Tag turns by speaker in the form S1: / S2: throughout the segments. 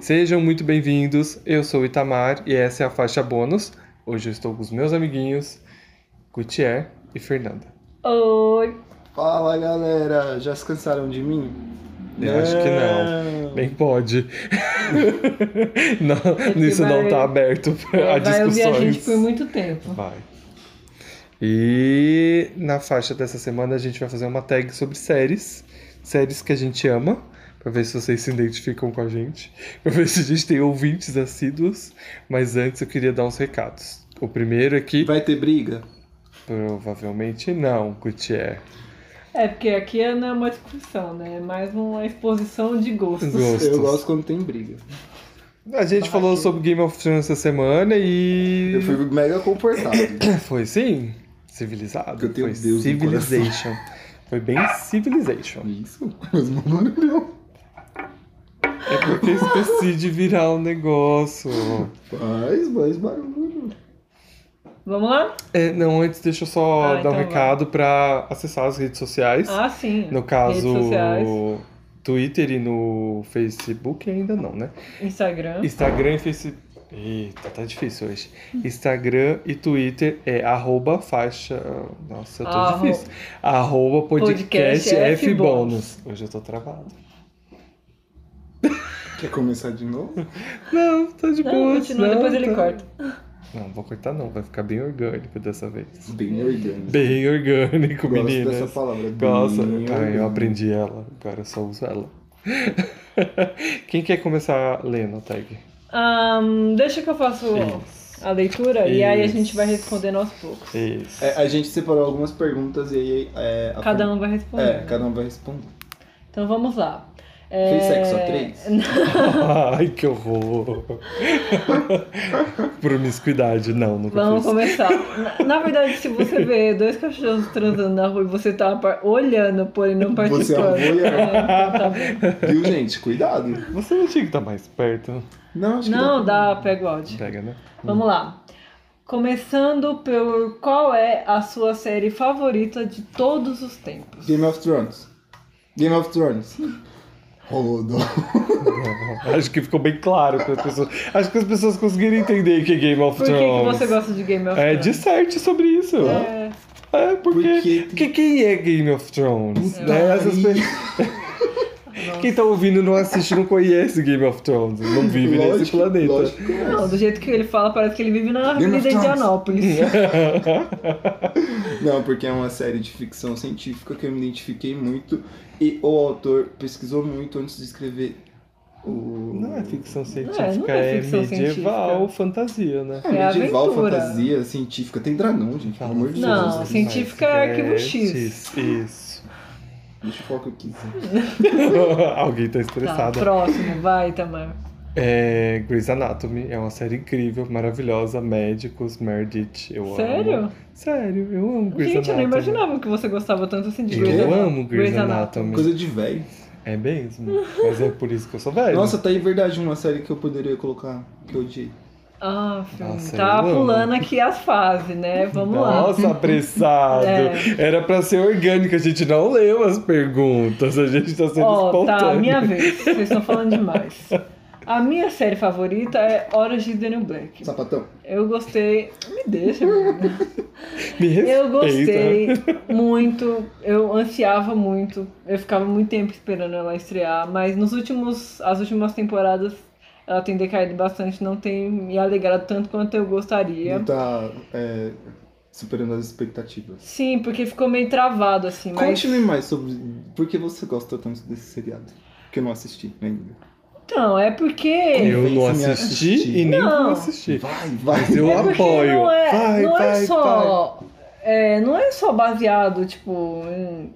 S1: Sejam muito bem-vindos. Eu sou o Itamar e essa é a faixa bônus. Hoje eu estou com os meus amiguinhos Gutier e Fernanda.
S2: Oi!
S3: Fala galera, já se cansaram de mim?
S1: Eu acho que não. Bem pode. não,
S2: É que
S1: isso não
S2: vai- é,
S1: está aberto a
S2: vai ouvir a gente por
S1: discussões.
S2: muito tempo.
S1: Vai. E na faixa dessa semana a gente vai fazer uma tag sobre séries. Séries que a gente ama. Pra ver se vocês se identificam com a gente. Pra ver se a gente tem ouvintes assíduos. Mas antes eu queria dar uns recados. O primeiro é aqui.
S3: Vai ter briga?
S1: Provavelmente não, Gutiérrez.
S2: É porque aqui não é uma discussão, né? É mais uma exposição de gostos.
S1: Gostos.
S3: Eu gosto quando tem briga.
S1: A gente
S2: Barra
S1: falou
S2: aqui.
S1: sobre Game of Thrones essa semana e.
S3: Eu fui mega comportado.
S1: Foi sim? Civilizado?
S3: Eu tenho
S1: Foi
S3: Deus no
S1: Civilization. Foi bem Civilization.
S3: Isso, mas não barulhão.
S1: É porque eu esqueci de virar um negócio.
S3: Faz mais barulho.
S2: Vamos lá?
S1: É, não, antes deixa eu só
S2: Ah,
S1: dar um
S2: então vai.
S1: recado pra acessar as redes sociais.
S2: Ah, sim.
S1: no caso,
S2: Redes sociais,
S1: Twitter e no Facebook ainda não, né?
S2: Instagram.
S1: Instagram e Facebook. Eita, tá difícil hoje. Instagram e Twitter é arroba faixa. Nossa, eu tô
S2: Arro-
S1: difícil. Arroba podcast,
S2: Podcast
S1: F
S2: Fbonus.
S1: bônus. Hoje eu tô travado.
S3: Quer começar de novo?
S1: Não, tá de
S2: Não,
S1: boa.
S2: continua, depois ele
S1: tá-
S2: corta.
S1: Não, vou cortar não, vai ficar bem orgânico dessa vez.
S3: Bem orgânico.
S1: Bem orgânico,
S3: Gosto
S1: meninas.
S3: dessa palavra.
S1: Gosta?
S3: bem
S1: Ah, eu
S3: orgânico.
S1: aprendi ela, agora eu só uso ela. Quem quer começar lendo a tag?
S2: Ahn, deixa que eu faço
S1: Isso.
S2: a leitura e aí a
S1: Isso.
S2: gente vai respondendo aos poucos.
S1: Isso.
S3: É, a gente separou algumas perguntas e aí. É, a
S2: Cada
S3: Fer-
S2: um vai responder.
S3: É, cada um vai responder.
S2: Então vamos lá.
S3: Fez
S2: É,
S3: sexo a três?
S1: Ai, que horror! Promiscuidade, não, nunca
S2: Vamos
S1: fiz.
S2: começar. Na, na verdade, se você vê dois cachorros transando na rua e você tá par- olhando, porém não participando.
S3: Você é um voyeur.
S2: né? Então tá bom.
S3: Viu, gente? Cuidado.
S1: Você não tinha que estar mais perto.
S3: Não, acho
S2: Não,
S1: tá
S3: que dá.
S2: dá, pega o áudio.
S1: Pega, né?
S2: Vamos lá. Começando por qual é a sua série favorita de todos os tempos?
S3: Game of Thrones. Game of Thrones. Rodou.
S1: Acho que ficou bem claro para as pessoas. Acho que as pessoas conseguiram entender que é Game of
S2: Por que,
S1: Thrones.
S2: que você gosta de Game of
S1: É,
S2: Thrones?
S1: disserte sobre isso. É,
S2: É,
S1: porque.
S3: Porque- Então,
S1: Que, quem é Game of Thrones?
S3: Puta
S1: né? Essas
S3: merda.
S1: pessoas- Quem tá ouvindo não assiste, não conhece Game of Thrones. Não vive nesse
S3: Lógico,
S1: planeta.
S3: lógico que é.
S2: Não, do jeito que ele fala, parece que ele vive na
S3: Game of
S2: Avenida
S3: Thrones.
S2: Indianópolis.
S1: É,
S2: Tá,
S3: Não, porque é uma série de ficção científica que eu me identifiquei muito e o autor pesquisou muito antes de escrever o.
S1: Não é ficção científica,
S2: é ficção
S1: medieval
S2: científica.
S1: fantasia, né?
S3: É
S2: É
S3: medieval,
S2: aventura.
S3: fantasia, científica. Tem dragão, gente, pelo amor de
S2: Não,
S3: Jesus.
S2: sim. científica é arquivo
S1: É,
S2: X.
S1: Isso.
S3: Deixa eu falar o que eu quiser.
S1: Alguém tá
S2: Tá,
S1: estressado.
S2: próximo, vai, Tamar.
S1: é, Grey's Anatomy é uma série incrível, maravilhosa. Médicos, Meredith, eu amo.
S2: Sério?
S1: Sério, eu amo Grey's
S2: Gente, eu não
S1: Anatomy.
S2: imaginava que você gostava tanto assim de
S1: Eu
S2: Grey's Anatomy.
S1: amo Grey's Anatomy.
S3: Coisa de velho.
S1: É mesmo, mas é por isso que eu sou velho.
S3: Nossa, tá aí verdade uma série que eu poderia colocar, que eu odiei.
S2: Ah, filho,
S1: Nossa, eu
S2: tá
S1: amo.
S2: pulando aqui as fases, né? Vamos lá.
S1: Nossa, apressado.
S2: É.
S1: Era pra ser orgânico, a gente não leu as perguntas, a gente tá sendo
S2: Ó, tá,
S1: espontâneo.
S2: minha vez. Vocês estão falando demais. A minha série favorita é Orange is the New Black.
S3: Sapatão.
S2: Eu gostei. Me deixa, menina.
S1: Me respeita.
S2: Eu gostei muito. Eu ansiava muito. Eu ficava muito tempo esperando ela estrear, mas nos últimos, as últimas temporadas ela tem decaído bastante, não tem me alegrado tanto quanto eu gostaria.
S3: Não tá é, superando as expectativas.
S2: Sim, porque ficou meio travado assim, mas
S3: Conte-me mais sobre por que você gosta tanto desse seriado. Que eu não assisti ainda.
S2: então, é porque
S1: Eu não
S3: Convence-me a
S1: assisti
S3: assistir.
S1: e nem
S2: Não.
S1: vou assistir.
S3: Vai, vai.
S1: Mas eu
S2: é porque
S1: apoio.
S2: Não é,
S1: Vai,
S2: não é
S1: vai,
S2: só. é, não é só baseado, tipo, em-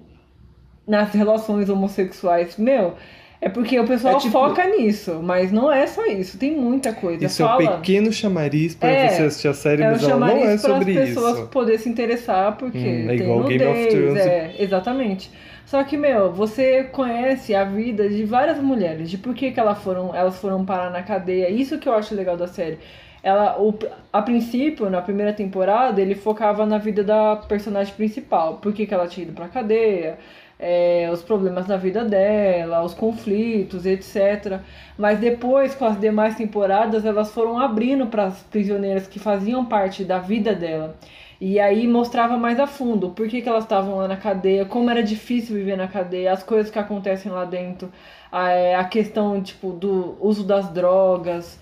S2: nas relações homossexuais. Meu, é porque o pessoal
S3: É tipo-
S2: foca nisso, mas não é só isso. Tem muita coisa.
S1: Isso é um
S2: Fala.
S1: pequeiro chamariz pra
S2: É,
S1: você assistir a série,
S2: Eu
S1: mas ela
S2: chamaria
S1: não é
S2: isso para as
S1: sobre
S2: pessoas
S1: isso.
S2: poderem se interessar, porque
S1: Hum, é
S2: tem
S1: igual Game of
S2: nudez,
S1: Thrones.
S2: é, exatamente. Só que, meu, você conhece a vida de várias mulheres, de por que, que elas, foram, elas foram parar na cadeia. Isso que eu acho legal da série. ela o, a princípio, na primeira temporada, ele focava na vida da personagem principal. Por que, que ela tinha ido pra cadeia, é, os problemas na vida dela, os conflitos, etc. Mas depois, com as demais temporadas, elas foram abrindo para as prisioneiras que faziam parte da vida dela. E aí mostrava mais a fundo por que, que elas estavam lá na cadeia, como era difícil viver na cadeia, as coisas que acontecem lá dentro, a, a questão tipo, do uso das drogas,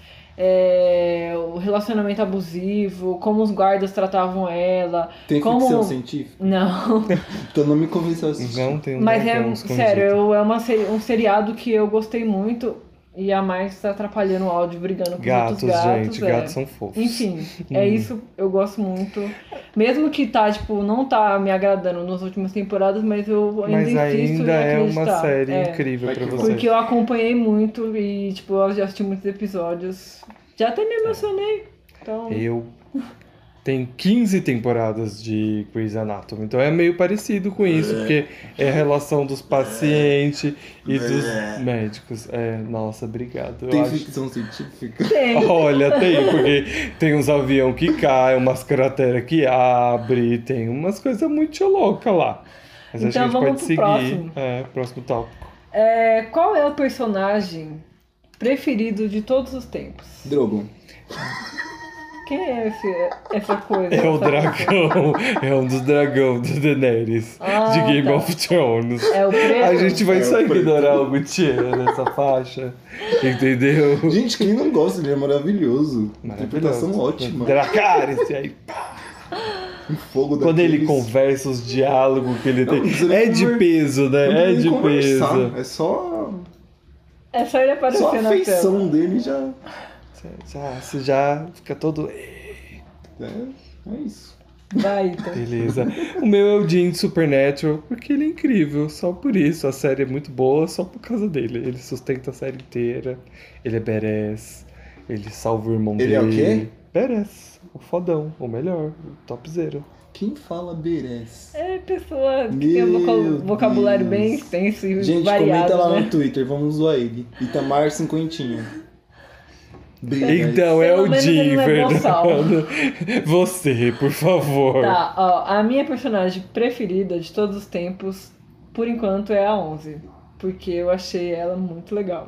S2: é, o relacionamento abusivo, como os guardas tratavam ela.
S3: Tem
S2: como...
S3: ficção científica?
S2: Não,
S3: Então não me convenceu a assistir.
S1: Não tem um
S2: mas
S1: dragão
S2: é,
S1: escondido.
S2: sério, eu- é uma seri- um seriado que eu gostei muito e a mais tá atrapalhando o áudio brigando com
S1: Gatos,
S2: os outros gatos.
S1: gente,
S2: é.
S1: gatos são fofos.
S2: Enfim, é isso, eu gosto muito. Mesmo que tá, tipo, não tá me agradando nas últimas temporadas, mas eu ainda
S1: Mas
S2: insisto
S1: ainda
S2: em
S1: é
S2: acreditar.
S1: uma série
S2: É,
S1: incrível
S3: Vai
S1: pra
S3: que
S1: você.
S2: Porque eu acompanhei muito e, tipo, eu já assisti muitos episódios. Já até me emocionei. Então,
S1: Eu tem 15 temporadas de Grey's Anatomy, então é meio parecido com isso, porque é a relação dos pacientes
S3: É.
S1: e dos médicos. É, nossa, obrigado. Eu
S3: Tem
S1: acho-
S3: ficção científica?
S2: tem.
S1: Olha, tem, porque tem uns avião que caem, umas crateras que abrem, tem umas coisas muito loucas lá. Mas
S2: Então
S1: acho que a gente
S2: vamos
S1: pode
S2: pro
S1: seguir.
S2: próximo.
S1: É, próximo tópico.
S2: É, qual é o personagem preferido de todos os tempos?
S3: Drogon.
S2: Quem é esse, essa coisa?
S1: É o
S2: Essa coisa?
S1: dragão, é um dos dragões do Daenerys,
S2: Ah,
S1: de Game
S2: tá.
S1: of Thrones.
S2: É o preto?
S1: A gente vai
S3: É,
S1: só
S3: eu falei.
S1: ignorar o Gutierrez nessa faixa, entendeu?
S3: Gente, quem não gosta, ele é maravilhoso. Interpretação ótima.
S1: Dracarys, e aí,
S3: O fogo
S1: quando ele
S3: daqueles-
S1: conversa os diálogos que ele
S3: Não, não precisa
S1: tem.
S3: nem
S1: É de
S3: conver-
S1: peso,
S3: Não precisa
S1: né? É
S3: nem
S1: de
S3: conversar,
S1: peso.
S3: É só,
S2: É só ele aparecer
S3: só a
S2: na tela.
S3: feição dele já.
S1: Já, você já fica todo. "Eh,
S3: É, é isso.
S2: Vai, então.
S1: Beleza. O meu é o Jim de Supernatural, porque ele é incrível, só por isso. A série é muito boa, só por causa dele. Ele sustenta a série inteira, ele é badass, ele salva o irmão
S3: Ele é o
S1: dele.
S3: quê?
S1: Badass, o fodão, o melhor, o top zero.
S3: Quem fala berés?
S2: É pessoa que tem um
S3: Meu
S2: voca- vocabulário
S3: Deus.
S2: bem extenso e
S3: Gente, comenta
S2: variado,
S3: lá
S2: né?
S3: no Twitter, vamos zoar ele. Itamar Cinquentinha. Berés.
S1: Então é
S2: Pelo
S1: o
S2: menos
S1: Jim,
S2: ele levou sal.
S1: Fernando. Você, por favor.
S2: Tá, ó, a minha personagem preferida de todos os tempos, por enquanto, é a 11. Porque eu achei ela muito legal.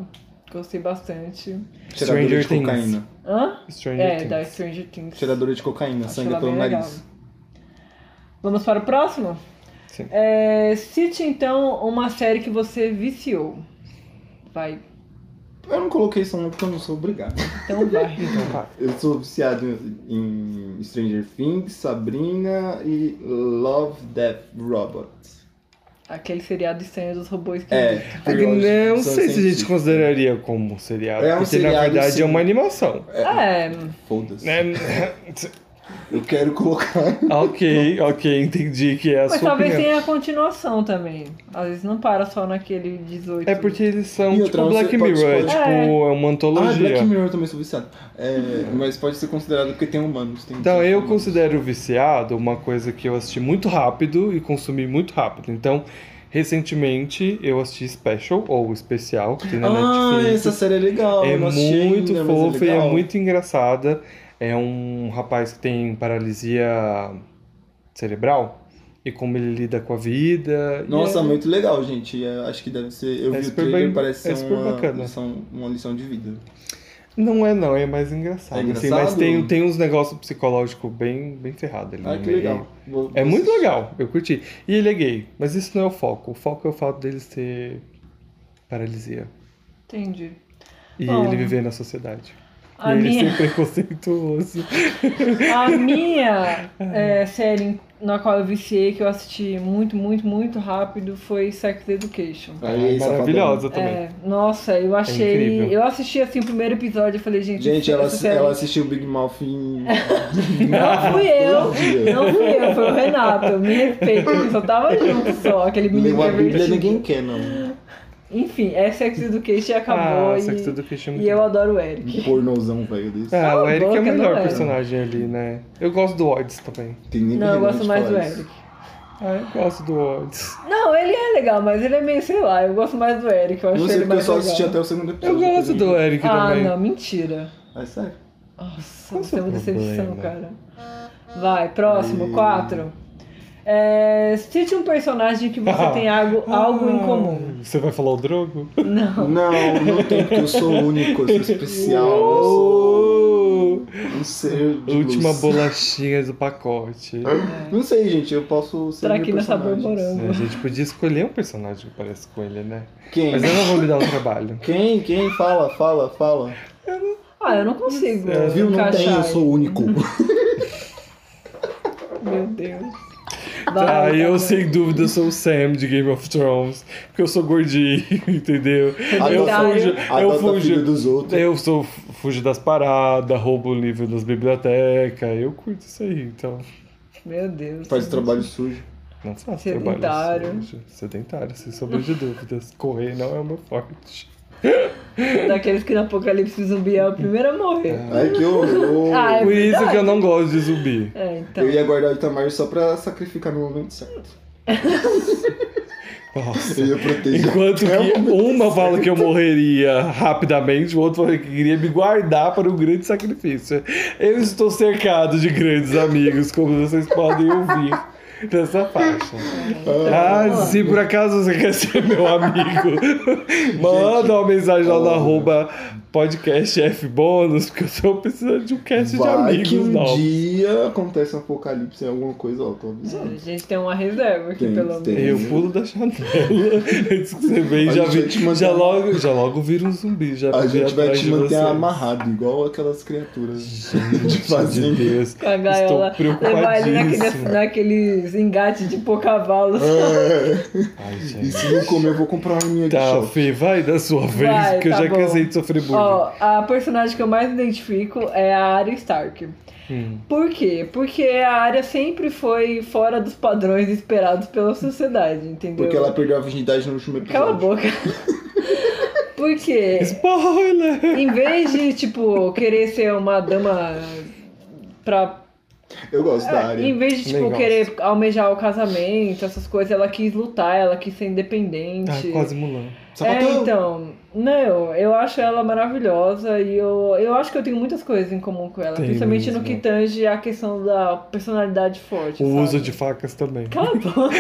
S2: Gostei bastante.
S3: Cheiradora
S1: Stranger
S3: de
S1: Things.
S3: cocaína.
S2: Hã?
S1: Stranger
S2: É,
S1: Things.
S2: da Stranger Things.
S3: Cheiradora de cocaína,
S2: Acho
S3: sangue é
S2: ela
S3: pelo
S2: bem legal.
S3: nariz.
S2: Vamos para o próximo?
S1: Sim.
S2: É, cite então uma série que você viciou. Vai,
S3: Eu não coloquei isso não porque eu não sou obrigado.
S2: então vai.
S1: Então tá.
S3: Eu sou viciado em, em Stranger Things, Sabrina e Love, Death, Robots.
S2: Aquele seriado estranho dos robôs que
S3: É,
S1: É que não sei
S3: são
S1: se a gente
S3: científicos.
S1: consideraria como um seriado,
S3: É um
S1: porque na
S3: seriado,
S1: verdade
S3: sim.
S1: é uma animação.
S2: É,
S3: Foda-se.
S1: Né?
S3: Eu quero colocar.
S1: ok, ok, entendi que é a
S2: mas
S1: sua
S2: talvez
S1: opinião.
S2: tenha a continuação também. Às vezes não para só naquele 18.
S1: É porque eles são
S3: E
S1: tipo
S3: outra, você
S1: Black
S3: pode
S1: Mirror, é
S3: escolher.
S1: tipo é uma
S3: Ah,
S1: antologia.
S3: Black Mirror eu também sou viciado. É, mas pode ser considerado porque tem humanos. Tem
S1: então eu
S3: humanos.
S1: considero viciado uma coisa que eu assisti muito rápido e consumi muito rápido. Então, recentemente eu assisti Special ou Especial, que tem na
S3: Ah,
S1: Netflix.
S3: essa série é legal.
S1: é
S3: eu não assisti
S1: muito
S3: ainda, mas
S1: fofa e é
S3: legal.
S1: muito engraçada. É um rapaz que tem paralisia cerebral e como ele lida com a vida. e
S3: Nossa,
S1: é...
S3: muito legal, gente. É, acho que deve ser. Eu
S1: É
S3: vi o
S1: super
S3: trailer,
S1: bem-
S3: parece ser
S1: é super
S3: uma,
S1: bacana.
S3: lição, uma lição de vida.
S1: Não é não, é mais engraçado.
S3: É
S1: assim,
S3: engraçado?
S1: mas tem, tem uns negócios psicológicos bem, bem ferrados ali
S3: Ah,
S1: no
S3: que
S1: meio.
S3: legal. Vou-
S1: É
S3: vou
S1: muito
S3: assistir.
S1: legal, eu curti. E ele é gay, mas isso não é o foco. O foco é o fato dele ter paralisia.
S2: Entendi.
S1: E
S2: Bom.
S1: ele viver na sociedade.
S2: A
S1: e ele
S2: minha,
S1: ser preconceituoso.
S2: a minha é, série na qual eu viciei, que eu assisti muito, muito, muito rápido, foi Sex Education.
S3: Aí,
S1: É maravilhosa
S3: um-
S1: também.
S2: É, nossa, eu achei.
S1: incrível.
S2: eu assisti assim o primeiro episódio e falei, gente,
S3: Gente,
S2: essa
S3: ela,
S2: série-
S3: ela assistiu Big Mouth em.
S2: Não fui
S3: Todo
S2: eu,
S3: dia.
S2: não fui eu, foi o Renato. Me respeita, ele só tava junto só, aquele menino
S3: Leu a Bíblia,
S2: pervertido.
S3: ninguém quer, não.
S2: Enfim, é Sex Education e acabou.
S1: ah,
S2: e,
S1: Sex Education é
S2: e
S1: muito
S2: eu
S1: bom.
S2: adoro o Eric.
S3: Um pornozão velho desse.
S1: Ah, o
S2: a
S1: Eric é
S2: boca,
S1: o melhor
S2: não é?
S1: personagem ali, né? Eu gosto do Odds também.
S3: Tem nem
S2: Não, eu
S3: vergonha
S2: gosto
S3: de
S2: mais do
S3: falar isso.
S2: Eric.
S1: Ah, eu gosto do Odds.
S2: Não, ele é legal, mas ele é meio, sei lá, eu gosto mais do Eric. Eu acho
S3: Não sei
S2: ele
S3: porque eu
S2: mais
S3: só
S2: legal.
S3: assisti até o segundo episódio.
S1: Eu gosto do Eric
S2: Ah,
S1: também.
S2: não, mentira.
S3: É sério?
S2: Nossa,
S1: Qual
S2: você é uma
S1: o seu
S2: decepção, cara.
S1: problema?
S2: Vai, próximo,
S3: Aí.
S2: quatro. É, cite um personagem que você tem algo,
S1: Ah.
S2: algo em comum.
S1: Você vai falar o Drogo?
S2: Não.
S3: Não, não tem, porque eu sou único, eu sou especial. Eu sou
S1: Uou!
S3: um ser de
S1: Última
S3: luz.
S1: bolachinha do pacote.
S3: Não sei, gente, eu posso ser mil
S2: Traquina sabor
S3: personagens.
S2: morango.
S1: Né, A gente podia escolher um personagem que parece com ele, né?
S3: Quem?
S1: Mas eu não vou me dar o trabalho.
S3: Quem? Quem? Fala, fala, fala.
S2: Ah, eu não consigo.
S3: É,
S1: É.
S3: Viu? Não tem,
S2: encaixar
S3: eu sou único.
S2: ele. Meu Deus.
S1: Tá,
S2: Vai,
S1: eu
S2: Gabriel.
S1: sem dúvida sou o Sam de Game of Thrones, porque eu sou gordinho, entendeu? Eu
S2: Adota-
S1: fujo, eu
S3: Adota filho
S1: fujo.
S3: dos outros.
S1: Eu sou, fujo das paradas, roubo o livro das bibliotecas, eu curto isso aí, então.
S2: Meu Deus.
S3: Faz o trabalho sujo.
S1: Não faço
S2: é Sedentário.
S1: trabalho assim sujo. Sedentário, sem sombra de dúvidas. Correr não é o meu forte.
S2: Daqueles que no apocalipse zumbi é o primeiro a morrer.
S3: Ai, que horror.
S2: Ah, é
S1: Por isso
S2: verdade.
S1: que eu não gosto de zumbi.
S2: É, então.
S3: Eu ia guardar o Itamar só pra sacrificar no momento certo.
S1: Nossa.
S3: Eu ia proteger. É um
S1: Enquanto que uma fala que eu morreria rapidamente, o outro fala que queria me guardar para um grande sacrifício. Eu estou cercado de grandes amigos, como vocês podem ouvir dessa faixa. Ah, se por acaso você quer ser meu amigo, manda uma mensagem lá no
S3: olha.
S1: arroba podcast F bônus, porque eu tô precisando de um cast de
S3: Vai
S1: amigos
S3: que um
S1: novos.
S3: dia acontece um apocalipse em alguma coisa, ó, tô
S2: A
S3: avisando.
S2: gente tem uma reserva aqui,
S3: Tem,
S2: pelo
S3: tem.
S2: menos.
S1: Eu pulo da janela antes que você venha
S3: A
S1: e já,
S3: gente
S1: vi-
S3: vai te manter-
S1: já logo, já logo vira um zumbi. Já
S3: A
S1: vem
S3: gente vai
S1: atrás
S3: te
S1: de
S3: manter
S1: vocês.
S3: amarrado, igual aquelas criaturas.
S1: Gente
S3: fazenda.
S1: de Deus.
S2: Com a gaiola.
S1: Estou
S2: Levar ele naquele,
S1: preocupadíssimo.
S2: naqueles engates de pôr cavalos.
S3: É.
S1: Ai,
S3: E
S1: gente.
S3: se não comer, eu vou comprar uma minha de
S1: Tá,
S3: choque.
S1: Fê, vai da sua vez,
S2: Vai,
S1: porque
S2: tá
S1: eu já
S2: bom.
S1: cansei de sofrer bullying.
S2: Ó, a personagem que eu mais identifico é a Arya Stark.
S1: Hum.
S2: Por quê? Porque a Arya sempre foi fora dos padrões esperados pela sociedade, entendeu?
S3: Porque ela é perdeu a virgindade no último episódio.
S2: Cala a boca. Porque
S1: Spoiler! Tá
S2: em vez de, tipo, querer ser uma dama pra
S3: Eu gosto da
S2: É, em
S3: área.
S2: vez de, tipo,
S1: Nem gosto.
S2: querer almejar o casamento, essas coisas, ela quis lutar, ela quis ser independente.
S1: Ah, quase Mulan.
S2: É,
S3: Sapatão.
S2: então, não, eu acho ela maravilhosa e eu, eu acho que eu tenho muitas coisas em comum com ela,
S1: Tem
S2: principalmente no
S1: mesmo.
S2: que tange a questão da personalidade forte.
S1: O
S2: sabe?
S1: uso de facas também.
S2: Cala a boca!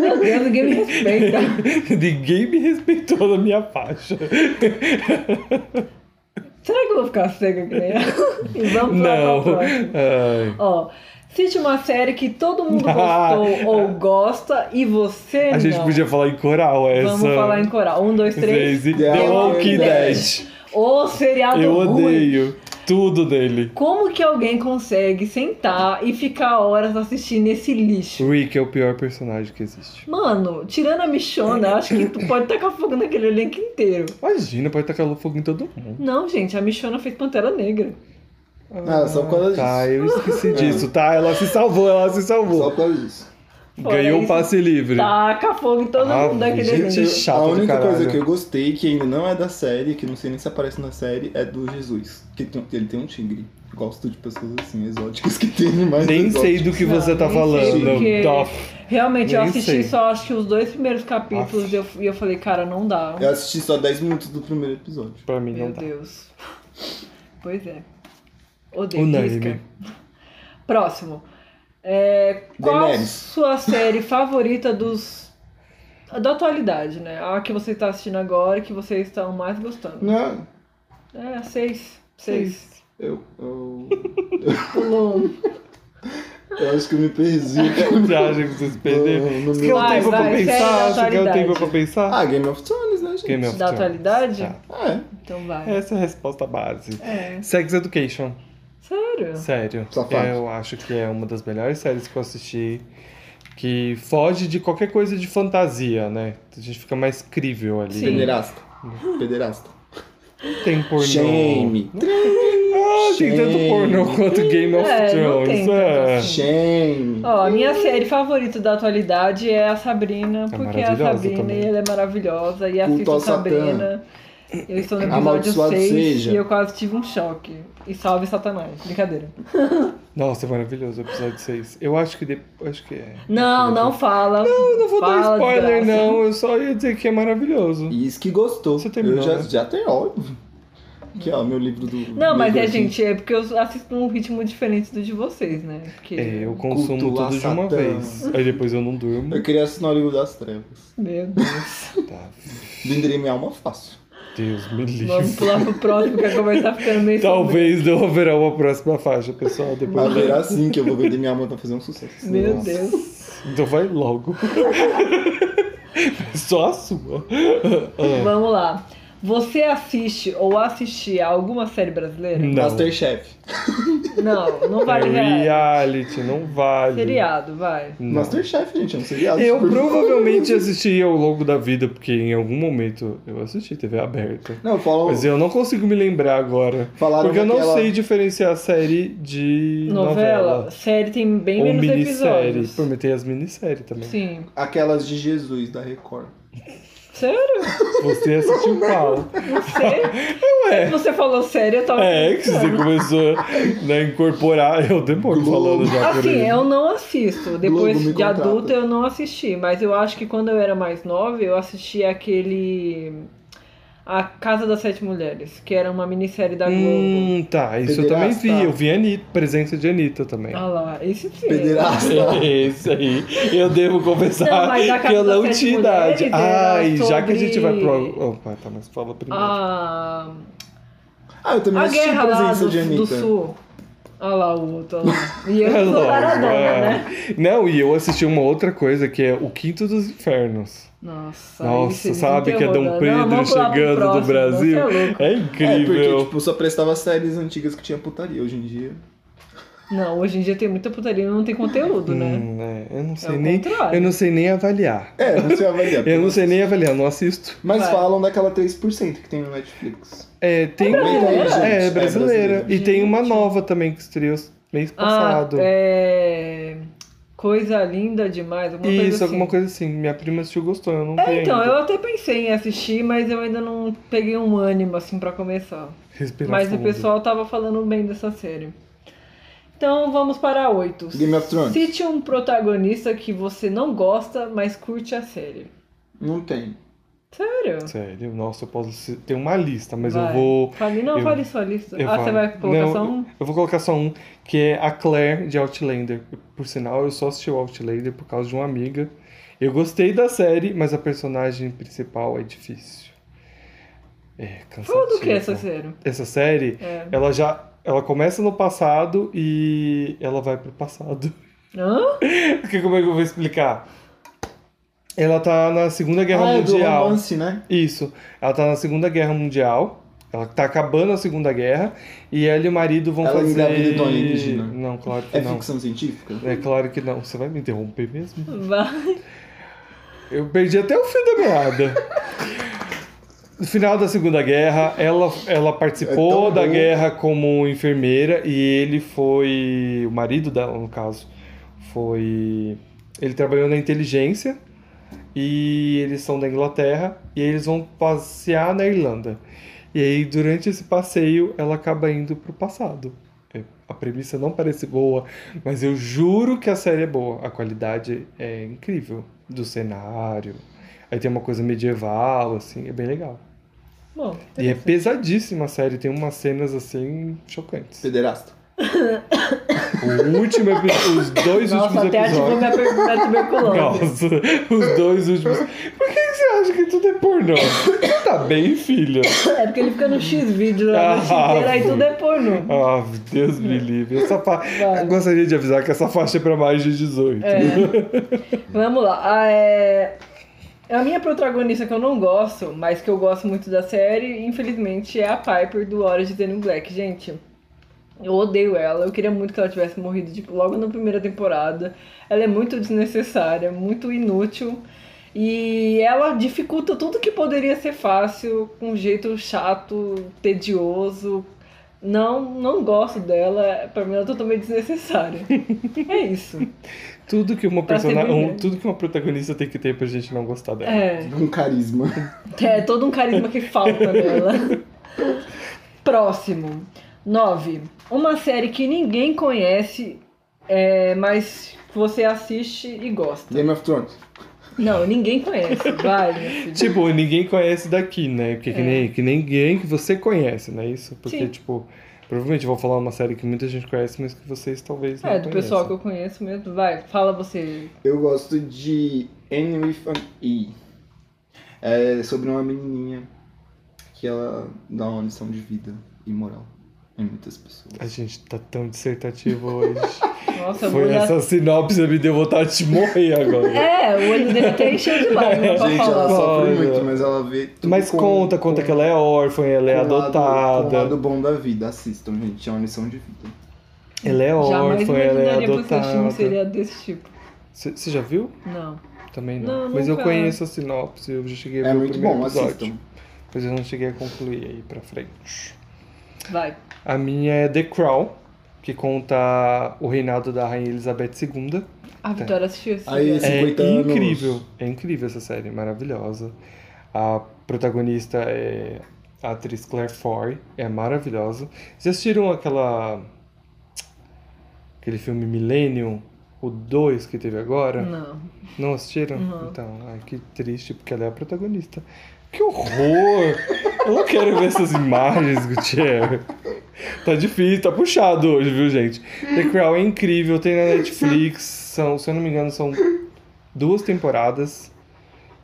S2: Meu Deus, ninguém me respeita.
S1: Ninguém me respeitou na minha faixa.
S2: Será que eu vou ficar cega que nem ela? E vamos lá pra
S1: Não.
S2: próxima.
S1: Ai.
S2: Ó, cite uma série que todo mundo
S1: Ah.
S2: gostou ou gosta e você
S1: A gente
S2: não.
S1: podia falar em coral é essa.
S2: Vamos falar em coral. Um, dois, três.
S1: Crazy. The Walking Dead.
S2: O seriado
S1: Eu
S2: ruim.
S1: odeio tudo dele.
S2: Como que alguém consegue sentar e ficar horas assistindo esse lixo?
S1: Rick é o pior personagem que existe.
S2: Mano, tirando a Michona, acho que tu pode tacar fogo naquele elenco inteiro.
S1: Imagina, pode tacar fogo em todo mundo.
S2: Não, gente, a Michona fez Pantera Negra.
S3: Ah, só por causa
S1: Tá,
S3: disso.
S1: eu esqueci
S3: É.
S1: disso, tá? Ela se salvou, ela se
S3: Só
S1: salvou.
S3: por causa disso.
S2: Fora
S1: Ganhou um
S2: isso,
S1: passe livre.
S2: Taca fogo em todo
S1: Ah,
S2: mundo daquele
S1: gente,
S2: elenco.
S1: chato
S3: é a
S1: do
S3: única
S1: caralho.
S3: coisa que eu gostei, que ainda não é da série, que não sei nem se aparece na série, é do Jesus. Que tem- ele tem um tigre. Gosto de pessoas assim, exóticas, que tem animais
S1: Nem
S3: exóticos.
S1: sei do que você
S2: Não,
S1: tá
S2: nem
S1: falando.
S2: sei, porque-
S1: Dof.
S2: Realmente, eu
S1: Nem
S2: assisti
S1: sei.
S2: só acho que os dois primeiros capítulos e eu, e eu falei, cara, não dá.
S3: Eu assisti só 10 minutos do primeiro episódio.
S1: Pra mim
S2: Meu
S1: não tá.
S2: Deus. Pois é. Odeio
S1: Unânime.
S2: Disca. Próximo. É, qual
S3: Daenerys.
S2: sua série favorita dos da atualidade, né? A que você está assistindo agora e que vocês estão mais gostando.
S3: Não,
S2: É, seis. Seis.
S3: Né? eu, eu,
S2: Pulou um.
S3: eu acho que eu me perdi.
S1: Você acha que vocês perderam?
S3: No- no
S1: Você
S3: meu-
S1: quer um
S2: Vai,
S1: tempo
S2: vai,
S1: pra
S2: série
S1: pensar?
S2: da
S1: Você quer um
S2: atualidade.
S1: tempo pra pensar?
S3: Ah, Game of Thrones, né, gente?
S1: Game of
S2: Da
S1: Thrones.
S2: atualidade?
S1: Tá.
S3: É,
S2: Então vai.
S1: Essa é a resposta base.
S2: É.
S1: Sex Education.
S2: Sério?
S1: Sério.
S3: Safado.
S1: Eu acho que é uma das melhores séries que eu assisti. Que foge de qualquer coisa de fantasia, né? A gente fica mais crível ali.
S2: Sim.
S3: pederasta. Pederasta.
S1: Tem pornô.
S3: Shame.
S1: Ah, tem tanto
S3: Shame.
S1: pornô quanto Game of
S2: É, não tem
S1: Thrones.
S2: tanto
S1: é.
S2: assim.
S3: Shame.
S2: Ó, a minha série favorita da atualidade é a Sabrina, porque é a
S1: maravilhosa
S2: Sabrina
S1: também.
S2: e ela é maravilhosa. E
S3: Culto
S2: assisto a
S3: ao Satã.
S2: Sabrina. Eu estou no episódio
S3: Amaldiçoado
S2: 6
S3: seja.
S2: e eu quase tive um choque. E salve Satanás. Brincadeira.
S1: Nossa, é maravilhoso o episódio 6. Eu acho que depois. Acho que é.
S2: Não, não fala. Não,
S1: Eu não vou dar
S2: fala,
S1: spoiler,
S2: desgraça.
S1: não. Eu só ia dizer que é maravilhoso.
S3: E isso que gostou.
S1: Você terminou,
S3: eu já,
S1: né?
S3: já tem óbvio. Que é o meu livro do.
S2: Não, mas é,
S3: medo,
S2: gente, é porque eu assisto num ritmo diferente do de vocês, né? Porque...
S1: É, eu consumo
S3: Culto a
S1: tudo de uma
S3: Satã.
S1: vez. Aí depois eu não durmo.
S3: Eu queria assinar o livro das trevas.
S2: Meu Deus.
S1: Tá,
S3: Venderia minha alma fácil.
S1: Deus me
S2: Vamos
S1: livre.
S2: pular pro próximo, que a conversa tá ficando meio...
S1: Talvez não haverá uma próxima faixa, pessoal. Depois...
S3: Haverá sim assim que eu vou vender minha alma pra fazer um sucesso.
S2: Meu
S3: Nossa.
S2: Deus.
S1: Então vai logo. Só a sua. Ah.
S2: Vamos lá. Você assiste ou assistia alguma série brasileira?
S1: Não.
S3: Masterchef.
S2: Não, não
S1: É
S2: vale real.
S1: reality, não vale.
S2: Seriado, vai.
S1: Não.
S3: Masterchef, gente, é um seriado.
S1: Eu
S3: super-
S1: provavelmente assisti ao longo da vida, porque em algum momento eu assisti TV aberta.
S3: Não, falam.
S1: Mas eu não consigo me lembrar agora.
S3: Falaram
S1: Porque eu não
S3: daquela-
S1: sei diferenciar série de
S2: Novela,
S1: novela.
S2: série tem bem
S1: Ou
S2: menos
S1: minissérie.
S2: episódios.
S1: Prometei as minisséries também.
S2: Sim.
S3: Aquelas de Jesus, da Record.
S2: Sério?
S1: Você assistiu qual?
S2: Não sei.
S1: Ué.
S2: Você falou sério, eu tava.
S1: É, que você começou né, a incorporar. Eu demoro
S3: Globo.
S1: falando já por
S2: Assim,
S1: ele.
S2: eu não assisto. Depois
S3: Globo
S2: de
S3: me contrata.
S2: adulta eu não assisti. Mas eu acho que quando eu era mais nova, eu assisti aquele. A Casa das Sete Mulheres, que era uma minissérie da Globo.
S1: Hum, tá. Isso eu também vi.
S3: Pederasta.
S1: Eu vi a Anitta, presença de Anitta também.
S2: Ah lá, isso sim.
S3: Pederasta.
S1: Esse aí, eu devo
S2: Não,
S1: confessar
S2: mas a
S1: que eu
S2: Casa
S1: não
S2: das Sete
S1: tinha
S2: Mulheres
S1: idade.
S2: era
S1: Ai, já que a
S2: sobre-
S1: gente vai pro. Opa, tá, mas fala primeiro.
S2: Ah,
S3: Ah, eu também
S2: a
S3: assisti
S2: guerra lá
S3: Presença
S2: do,
S3: de
S2: do
S3: Anitta.
S2: sul. Olha lá o outro lá. E eu
S1: É
S2: sou
S1: lógico,
S2: taradona,
S1: é.
S2: né?
S1: Não, e eu assisti uma outra coisa que é O Quinto dos Infernos.
S2: Nossa,
S1: Nossa,
S2: isso me
S1: sabe que é Dom
S2: interroga.
S1: Pedro
S2: né? Não, vamos pular pro
S1: chegando do
S2: próximo,
S1: Brasil?
S2: Você é louco.
S1: É
S3: É, porque,
S1: incrível.
S3: tipo, só prestava séries antigas que tinha putaria. Hoje em dia.
S2: Não, hoje em dia tem muita putaria e não tem conteúdo, né?
S1: Hum, é, eu não sei
S2: o
S1: nem.
S2: contrário.
S1: Eu não sei nem avaliar.
S3: É, você avalia.
S1: Eu não sei nem avaliar, não assisto.
S3: Mas
S2: Vai.
S3: falam daquela 3% que tem no Netflix.
S1: É, tem.
S3: brasileira, gente.
S1: É,
S3: É
S1: brasileira.
S3: brasileira.
S1: E tem uma nova também que estreou mês
S2: Ah,
S1: passado.
S2: é... Coisa linda demais, alguma coisa
S1: Isso,
S2: assim.
S1: alguma coisa assim. Minha prima assistiu, gostou, eu não vi
S2: É, então,
S1: ainda.
S2: eu até pensei em assistir, mas eu ainda não peguei um ânimo, assim, pra começar.
S1: Respirar
S2: Mas o
S1: fundo.
S2: pessoal tava falando bem dessa série. Então vamos para oito.
S3: Game of Thrones.
S2: Cite um protagonista que você não gosta, mas curte a série.
S3: Não tem.
S2: Sério?
S1: Sério, nossa, eu posso ter uma lista, mas eu
S2: Vai.
S1: vou.
S2: Fale, não,
S1: eu-
S2: fale sua lista.
S1: eu
S2: ah,
S1: vou-
S2: você vai colocar
S1: Não,
S2: só um?
S1: Eu vou colocar só um, que é a Claire de Outlander. Por sinal, eu só assisti o Outlander por causa de uma amiga. Eu gostei da série, mas a personagem principal é difícil. É, cansativo.
S2: Fala do que essa série?
S1: Essa série,
S2: É.
S1: ela já. Ela começa no passado e ela vai pro passado.
S2: Hã?
S1: Porque como é que eu vou explicar? Ela tá na Segunda Guerra
S3: ah, é do
S1: Mundial.
S3: romance, né?
S1: Isso. Ela tá na Segunda Guerra Mundial. Ela tá acabando a Segunda Guerra. E ela e o marido vão
S3: Ela
S1: fazer.
S3: engravida do alienígena.
S1: Não, claro que
S3: É
S1: não.
S3: ficção científica?
S1: É claro que não. Você vai me interromper mesmo?
S2: Vai.
S1: Eu perdi até o fim da meada. No final da Segunda Guerra, ela, ela
S3: É
S1: participou
S3: tão
S1: da
S3: bom.
S1: guerra como enfermeira e ele foi. O marido dela, no caso, foi. Ele trabalhou na inteligência e eles são da Inglaterra e eles vão passear na Irlanda. E aí, durante esse passeio, ela acaba indo pro passado. É, A premissa não parece boa, mas eu juro que a série é boa. A qualidade é incrível do cenário. Aí tem uma coisa medieval, assim, é bem legal.
S2: Bom,
S1: E é pesadíssima a série, tem umas cenas assim chocantes.
S3: Pederasta.
S1: O último episódio, os dois
S2: nossa,
S1: últimos
S2: até ativou
S1: episódios.
S2: minha, per- minha tuberculose.
S1: Nossa, os dois últimos. Por que que você acha que tudo é pornô? Você tá bem, filha.
S2: É porque ele fica no X-Vídeo lá a noite
S1: Ah,
S2: inteira, aí
S1: foi.
S2: tudo é pornô.
S1: Ah, Deus me livre. Essa fa...
S2: Vai.
S1: Eu gostaria de avisar que essa faixa é pra mais de 18.
S2: É. Vamos lá. Ah, é... A minha protagonista que eu não gosto, mas que eu gosto muito da série, infelizmente, é a Piper do Orange is the New Black. Gente, eu odeio ela. Eu queria muito que ela tivesse morrido tipo, logo na primeira temporada. Ela é muito desnecessária, muito inútil. E ela dificulta tudo que poderia ser fácil, com um jeito chato, tedioso. Não, não gosto dela. Pra mim, ela é totalmente desnecessária. é isso.
S1: Tudo que uma
S2: Pra ser
S1: persona...
S2: brilhante.
S1: um- tudo que uma protagonista tem que ter pra gente não gostar dela.
S2: É.
S3: Com um carisma.
S2: É, todo um carisma que falta nela. Próximo. 9. Uma série que ninguém conhece, é, mas você assiste e gosta.
S3: Game of Thrones.
S2: Não, ninguém conhece. Vai, meu filho.
S1: Tipo, ninguém conhece daqui, né? Porque que,
S2: É.
S1: nem, que nem ninguém que você conhece, não é isso? Porque,
S2: Sim.
S1: tipo, provavelmente eu vou falar uma série que muita gente conhece, mas que vocês talvez não
S2: É, do
S1: conheçam.
S2: pessoal que eu conheço mesmo. Vai, fala você.
S3: Eu gosto de Anne with an E. É sobre uma menininha que ela dá uma lição de vida e moral em muitas pessoas.
S1: A gente tá tão dissertativo hoje.
S2: Nossa, eu vou
S1: Foi
S2: olhar.
S1: essa sinopse me deu vontade de morrer agora.
S2: É, o olho dele tá enchendo de lágrimas pra
S3: Gente,
S2: falar.
S3: ela sofre
S1: Olha.
S3: muito, mas ela vê tudo
S1: Mas
S3: com-
S1: conta, conta
S3: com-
S1: que ela é órfã, ela é
S3: com o lado- com
S1: adotada.
S3: O lado bom da vida, assistam, gente. É uma lição de vida.
S1: Ela é
S2: Jamais
S1: órfã, ela é
S2: imaginaria pra assistir um
S1: adotada.
S2: seriado desse tipo.
S1: Você você já viu?
S2: Não.
S1: Também
S2: Não,
S1: não. Mas eu
S2: nunca.
S1: conheço a sinopse, eu já cheguei a ver
S3: É
S1: o
S3: muito
S1: primeiro
S3: bom,
S1: episódio.
S3: assistam.
S1: Mas eu não cheguei a concluir aí pra frente.
S2: Vai.
S1: A minha é The Crown, que conta o reinado da Rainha Elizabeth II.
S2: A Vitória assistiu esse seriado.
S3: Aí, esse-
S1: É
S3: 50 anos.
S1: incrível, é incrível essa série, maravilhosa. A protagonista é a atriz Claire Foy, é maravilhosa. Vocês assistiram aquela aquele filme Millennium, o 2 que teve agora?
S2: Não.
S1: Não assistiram?
S2: Não.
S1: Então, ai, que triste, porque ela é a protagonista. Que horror! Eu não quero ver essas imagens, Gutierrez. Tá difícil, tá puxado hoje, viu, gente? The Crown é incrível, tem na Netflix, são, se eu não me engano, são duas temporadas.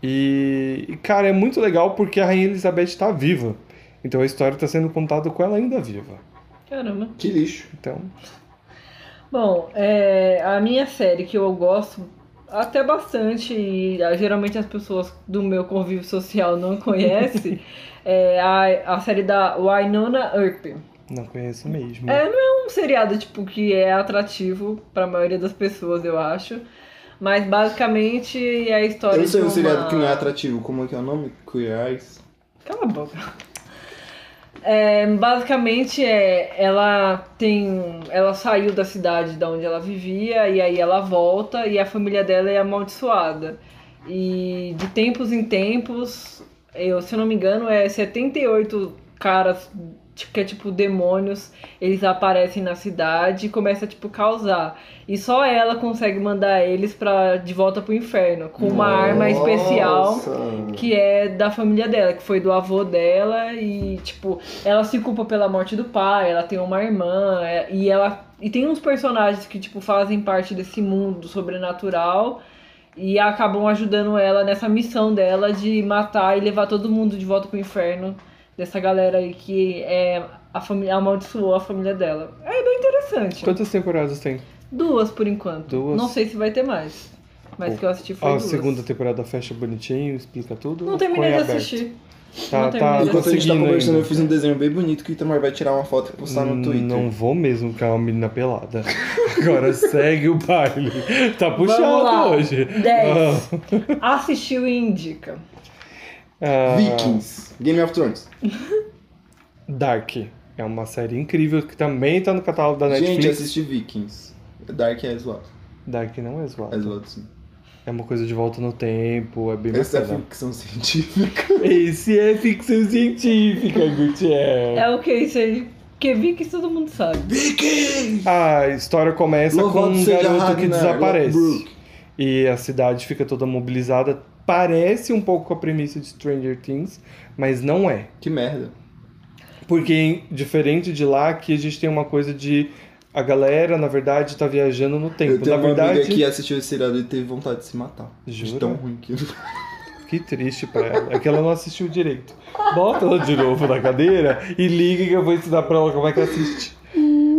S1: E, e, cara, é muito legal porque a Rainha Elizabeth tá viva. Então a história tá sendo contada com ela ainda viva.
S2: Caramba.
S3: Que lixo.
S1: Então,
S2: Bom, é, a minha série que eu gosto até bastante, e ah, geralmente as pessoas do meu convívio social não conhecem, é a, a série da Winona Earp.
S1: não conheço mesmo.
S2: É, um seriado tipo que é atrativo pra maioria das pessoas, eu acho. Mas basicamente é a história
S3: Eu sei
S2: de
S3: um
S2: uma...
S3: seriado que não é atrativo. Como é que é o nome? Queer Eyes.
S2: Cala a boca. É, basicamente é, ela tem, um, ela saiu da cidade da onde ela vivia e aí ela volta e a família dela é amaldiçoada. E de tempos em tempos, eu, se eu não me engano, é 78 caras tipo, que é tipo demônios, eles aparecem na cidade e começa tipo causar. E só ela consegue mandar eles para de volta pro inferno com uma arma especial
S3: Nossa.
S2: que é da família dela, que foi do avô dela e tipo, ela se culpa pela morte do pai, ela tem uma irmã é- e ela e tem uns personagens que tipo fazem parte desse mundo sobrenatural e acabam ajudando ela nessa missão dela de matar e levar todo mundo de volta pro inferno dessa galera aí que é a família amaldiçoou a família dela. É bem interessante.
S1: Quantas temporadas tem?
S2: Duas por enquanto.
S1: Duas.
S2: Não sei se vai ter mais. Mas
S1: Pô,
S2: que eu assisti foi
S1: A
S2: duas.
S1: segunda temporada fecha bonitinho, explica tudo.
S2: Não
S1: ou ficou
S2: terminei
S1: em
S2: de
S1: aberto?
S2: assistir.
S1: Tá, tá,
S2: Não terminei.
S3: Enquanto a gente tá
S1: seguindo
S3: conversando,
S1: ainda. Hum,
S3: eu fiz um desenho bem bonito que o Itamar vai tirar uma foto e postar no Twitter.
S1: Não vou mesmo, porque é uma menina pelada. Agora segue o baile. Tá
S2: Vamos lá.
S1: puxado hoje.
S2: 10.
S3: Ah.
S2: Assistiu e indica.
S1: Ah,
S3: Vikings. Game of Thrones.
S1: Dark. É uma série incrível que também tá no catálogo da Netflix.
S3: Gente, assisti Vikings. Dark é zoado.
S1: Dark não é
S3: É
S1: zoado.
S3: zoado, sim.
S1: É uma coisa de volta no tempo, é bem
S3: Essa é
S1: bacana.
S3: ficção científica.
S1: Esse é ficção científica, Gutierrez.
S2: É o que isso aí? Porque vi que todo mundo sabe.
S3: Vikings!
S1: A história começa com um garoto que desaparece.
S3: Brooke.
S1: E a cidade fica toda mobilizada. Parece um pouco com a premissa de Stranger Things, mas não é.
S3: Que merda.
S1: Porque, em- diferente de lá, aqui a gente tem uma coisa de. A galera, na verdade, tá viajando no tempo.
S3: Eu tenho
S1: na
S3: uma
S1: verdade,
S3: amiga que é assistiu esse seriado e teve vontade de se matar. De
S1: Jura?
S3: Tão ruim que...
S1: que triste pra ela. É que ela não assistiu direito. Bota ela de novo na cadeira e liga que eu vou ensinar pra ela como é que assiste.